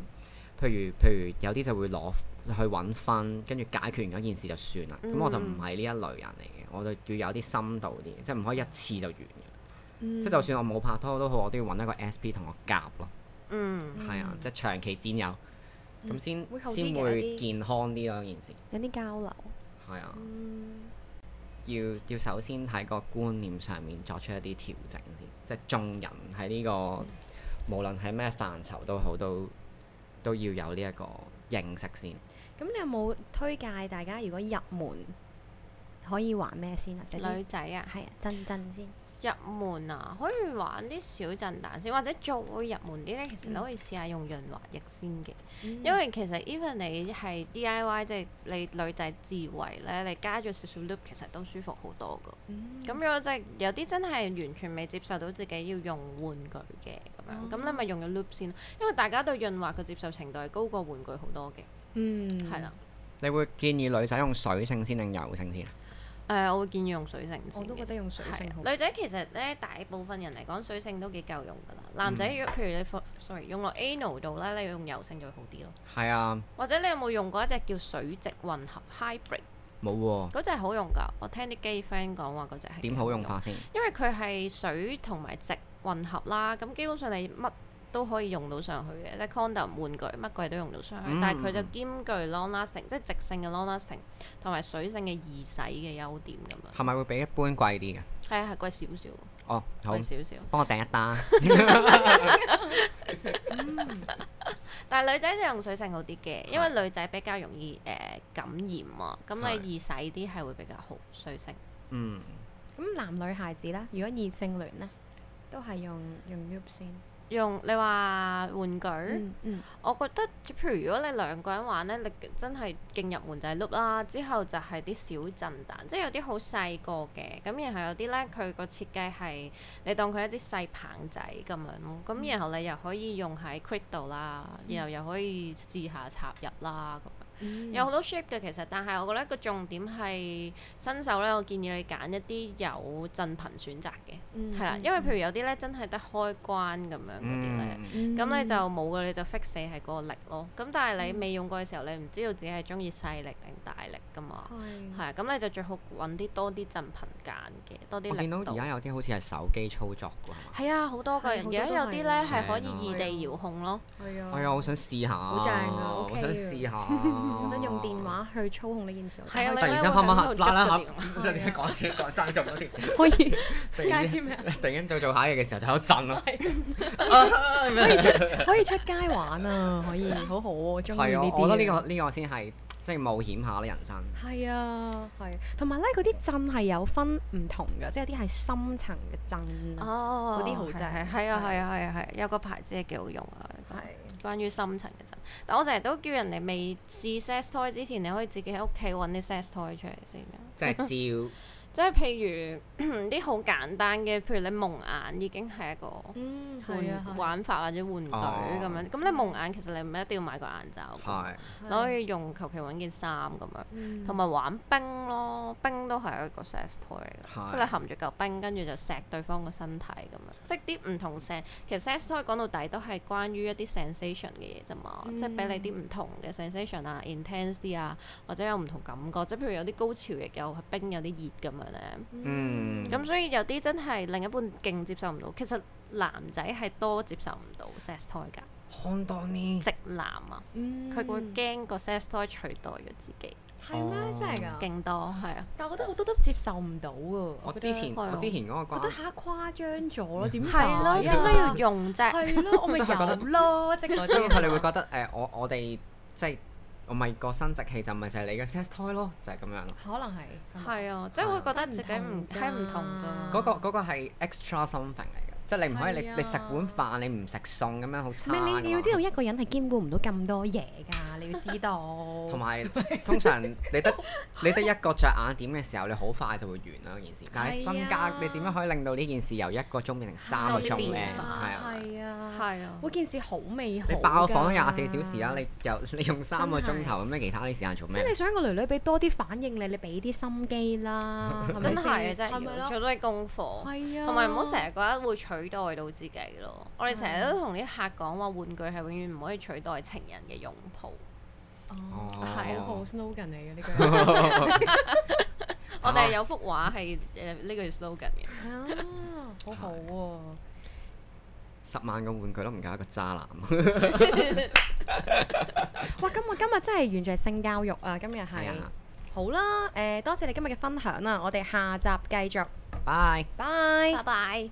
Speaker 2: 譬如譬如有啲就會攞去揾分，跟住解決完嗰件事就算啦。咁、我就唔
Speaker 4: 嗯
Speaker 2: 係呢一類人嚟嘅，我就要有啲深度啲嘅，即係唔可以一次就完嘅。
Speaker 3: 即
Speaker 2: 即係就算我冇拍拖都好，我都要揾一個 SP 同我夾咯。
Speaker 4: 嗯，
Speaker 2: 係啊，即係長期戰友，咁先
Speaker 3: 會好啲
Speaker 2: 先
Speaker 3: 嘅
Speaker 2: 會
Speaker 3: 有啲
Speaker 2: 健康啲咯。件事
Speaker 3: 有啲交流。
Speaker 2: 係啊，要要首先喺個觀念上面作出一啲調整先，即係眾人喺呢個無論喺咩範疇都好，都都要有呢一個認識先。
Speaker 3: 咁你有冇推介大家如果入門可以玩咩先啊？即係啲
Speaker 4: 女仔啊，
Speaker 3: 係啊，真真先。
Speaker 4: 入門啊，可以玩啲小震彈先，或者再入門啲咧，其實你可以試下用潤滑液先嘅，
Speaker 3: Ừ. 嗯
Speaker 4: 因為其實 even 你係 DIY 即係你女仔自慰咧，你加咗少少 loop 其實都舒服好多噶。
Speaker 3: Ừ. 嗯
Speaker 4: 咁如果即係有啲真係完全未接受到自己要用玩具嘅咁
Speaker 3: 哦
Speaker 4: 樣，咁、你咪用咗 loop 先咯，因為大家對潤滑嘅接受程度係高過玩具好多嘅，
Speaker 3: 嗯
Speaker 4: 係啦、
Speaker 2: 你會建議女仔用水性先定油性先？啊
Speaker 4: 誒、我會建議用水性先
Speaker 3: 我都
Speaker 4: 嘅
Speaker 3: 覺得用水性好。
Speaker 4: 啊女仔其實咧，大部分人嚟講，水性都幾夠用㗎啦。
Speaker 2: 嗯
Speaker 4: 男仔如果譬如你放，sorry，用落 anal 度咧，你用油性就會好啲咯。
Speaker 2: 係啊，
Speaker 4: 或者你有冇用過一隻叫水直混合 hybrid
Speaker 2: 冇喎，
Speaker 4: 嗰隻好用㗎？我聽啲 gay friend 講話嗰隻係啊
Speaker 2: 點好用法？先？
Speaker 4: 因為佢係水同埋直混合啦，咁基本上你乜都可以用到上去嘅，即係 condom 玩具乜鬼都用到上去。
Speaker 2: 嗯
Speaker 4: 但係佢就兼具 long lasting，即係直性嘅 long lasting 同埋水性嘅易洗嘅優點咁樣。
Speaker 2: 係咪會比一般貴啲嘅？
Speaker 4: 係啊，係貴少少，
Speaker 2: 哦，好
Speaker 4: 貴，少少。
Speaker 2: 幫我訂一單。
Speaker 4: 但係女仔就用水性好啲嘅，因為女仔比較容易誒、呃感染啊，咁
Speaker 2: 係
Speaker 4: 你易洗啲係會比較好水性。
Speaker 2: 嗯，
Speaker 3: 咁男女孩子啦，如果異性戀呢，都係用用 lube 先。
Speaker 4: 用你話玩具，
Speaker 3: 嗯嗯，
Speaker 4: 我覺得譬如如果你兩個人玩咧，你真係勁入門就係碌啦，之後就係啲小震彈，即係有啲好細個嘅，咁然後有啲咧佢個設計係你當佢一啲細棒仔咁樣咯，咁然後你又可以用喺 quick 度啦，然後又可以試下插入啦咁樣。嗯
Speaker 3: 嗯
Speaker 4: 有好多 shape 嘅其實，但係我覺得個重點係新手咧，我建議你揀一啲有振頻選擇嘅，
Speaker 3: 嗯
Speaker 4: 係啦、因為譬如有啲咧真係得開關咁樣嗰啲咧。
Speaker 2: 嗯
Speaker 4: 咁你就冇嘅，你就 fix 死係嗰個力咯。咁但係
Speaker 3: 嗯
Speaker 4: 你未用過嘅時候，你唔知道自己係中意細力定大力噶嘛。
Speaker 3: 嗯
Speaker 4: 係啊，咁你就最好揾啲多啲振頻揀嘅，多啲
Speaker 2: 我
Speaker 4: 力
Speaker 2: 見到
Speaker 4: 度
Speaker 2: 而。家有啲好似係手機操作㗎，係嘛？
Speaker 4: 係啊，好多個
Speaker 3: 係
Speaker 4: 人
Speaker 3: 好
Speaker 4: 而
Speaker 3: 多
Speaker 4: 家
Speaker 3: 都
Speaker 4: 有啲咧
Speaker 2: 係
Speaker 4: 係可以
Speaker 2: 正啊
Speaker 4: 異地遙控咯。
Speaker 3: 係啊，
Speaker 2: 哎呀，我好想啊試下，
Speaker 3: 好正啊
Speaker 2: 我
Speaker 3: OK
Speaker 2: 想
Speaker 3: 啊
Speaker 2: 試下，
Speaker 3: 我覺得用 電話去操控呢件事，
Speaker 4: 係啊，
Speaker 2: 突然
Speaker 4: 你
Speaker 2: 間翻翻下
Speaker 4: 喺度
Speaker 2: 拉拉下
Speaker 4: 捉個電，
Speaker 2: 即係點解講先講爭做嗰條 片，
Speaker 3: 可以
Speaker 2: 突然
Speaker 3: 街知啊
Speaker 2: 間
Speaker 3: 咩
Speaker 2: 突然間做做下嘢嘅時候就喺度震 咯，啊咁樣
Speaker 3: 可以出街玩啊，可以好好喎，中意
Speaker 2: 係
Speaker 3: 呢
Speaker 2: 啊，
Speaker 3: 啲。
Speaker 2: 我覺得呢個呢個先係即係冒險下咧人生。
Speaker 3: 係啊，係，同埋咧嗰啲震係有分唔同嘅，即係有啲係深層嘅震，
Speaker 4: 哦，
Speaker 3: 啊嗰啲好正
Speaker 4: 係係啊
Speaker 3: 係
Speaker 4: 係啊係啊係，有個牌子係幾好用啊。呢個
Speaker 3: 係
Speaker 4: 關於深層嘅陣，但我成日都叫人哋未試 sex toy 之前，你可以自己喺屋企揾啲 sex toy 出嚟先啊。
Speaker 2: 即係照
Speaker 4: 即係譬如 啲好簡單嘅，譬如你蒙眼已經係一個
Speaker 3: 嗯係啊
Speaker 4: 玩，玩法或者玩具咁
Speaker 2: 哦
Speaker 4: 樣。咁你蒙眼其實你唔一定要買個眼罩，
Speaker 2: 係
Speaker 4: 你可以用求其揾件衫咁樣，
Speaker 3: 以
Speaker 4: 同埋玩冰咯，冰都係一個 sex toy 嚟
Speaker 2: 係
Speaker 4: 㗎，即係你含住嚿冰跟住就錫對方個身體咁樣，即係啲唔同 sen，其實 sex toy 講到底都係關於一啲 sensation 嘅嘢啫嘛，
Speaker 2: 嗯
Speaker 4: 即係俾你啲唔同嘅 sensation 啊，intense 啲啊，或者有唔同感覺，即係譬如有啲高潮亦有冰，有啲熱咁樣咧。
Speaker 2: 嗯
Speaker 4: 咁所以有啲真係另一半勁接受唔到，其實男仔係多接受唔到 sex toy 㗎，
Speaker 2: 看到呢，
Speaker 4: 直男啊，
Speaker 2: 嗯
Speaker 3: 嗯
Speaker 4: 佢會驚個 sex toy 取代咗自己，
Speaker 3: 係
Speaker 2: 哦
Speaker 3: 咩？真係㗎？
Speaker 4: 勁多係啊，
Speaker 3: 但我覺得好多都接受唔到喎。
Speaker 2: 我嗯
Speaker 3: 覺
Speaker 2: 之
Speaker 3: 得
Speaker 2: 前
Speaker 4: 係啊
Speaker 2: 我之前嗰個
Speaker 3: 覺得
Speaker 2: 關
Speaker 3: 嚇誇張咗咯，點解
Speaker 4: 係
Speaker 3: 啊
Speaker 4: 咯，點解要用啫？
Speaker 3: 係咯，我咪
Speaker 2: 真哦係覺啊得
Speaker 3: 有咯，即係嗰
Speaker 2: 因為
Speaker 3: 啲。
Speaker 2: 佢哋會覺得誒、
Speaker 3: 啊
Speaker 2: 我我哋即係我咪個生殖器就咪就係你嘅 sex toy 咯，就係、咁樣咯。
Speaker 3: 可能係
Speaker 4: 係啊，即係會覺得自己唔
Speaker 3: 係
Speaker 4: 係
Speaker 3: 啊
Speaker 4: 唔同㗎。
Speaker 2: 嗰、個嗰、個係 extra something 嚟嘅，即係你唔可以你
Speaker 3: 係啊
Speaker 2: 你食碗飯你唔食餸咁樣好差
Speaker 3: 唔係
Speaker 2: 㗎
Speaker 3: 你你要知道
Speaker 2: 嘛。
Speaker 3: 一個人係兼顧唔到咁多嘢㗎， 你要知道。
Speaker 2: 同埋通常你 得你得一個着眼點嘅時候，你好快就會完啦件事。但係增
Speaker 3: 係
Speaker 2: 加
Speaker 3: 啊
Speaker 2: 你點樣可以令到呢件事由一個鐘變成三個鐘
Speaker 4: 多啲
Speaker 2: 咧？
Speaker 4: 變
Speaker 2: 係
Speaker 4: 化
Speaker 2: 啊。
Speaker 3: 係啊，
Speaker 4: 係啊，
Speaker 3: 嗰件事好美好㗎。
Speaker 2: 你爆房都廿四小時啊啦，你又你用三個鐘
Speaker 3: 真
Speaker 2: 頭咁，你其他啲時間做
Speaker 3: 即係
Speaker 2: 咩
Speaker 3: 你？想個女女俾多啲反應你，你俾啲心機 啦，係咪
Speaker 4: 真係啊，
Speaker 3: 先
Speaker 4: 真
Speaker 3: 係咪
Speaker 4: 係要
Speaker 3: 咯
Speaker 4: 做多啲功課。
Speaker 3: 係啊，
Speaker 4: 同埋唔好成日覺得會取代到自己咯。我哋成日都同啲客講話，玩具係永遠唔可以取代情人嘅擁抱。
Speaker 3: 嗯哦，
Speaker 4: 係
Speaker 3: 好
Speaker 4: 啊
Speaker 3: 好 slogan 嚟嘅呢句。
Speaker 4: 我哋有幅畫係誒呢句 slogan 嘅。
Speaker 3: 啊，好好喎！
Speaker 2: 十萬個玩具都唔夠一個渣男。
Speaker 3: 哇，今日今日真係完全係性教育啊！今日係
Speaker 2: 啊，
Speaker 3: 好啊啦，誒、多謝你今日嘅分享啦，我哋下集繼續，
Speaker 2: 拜。
Speaker 3: 拜
Speaker 4: 拜。拜。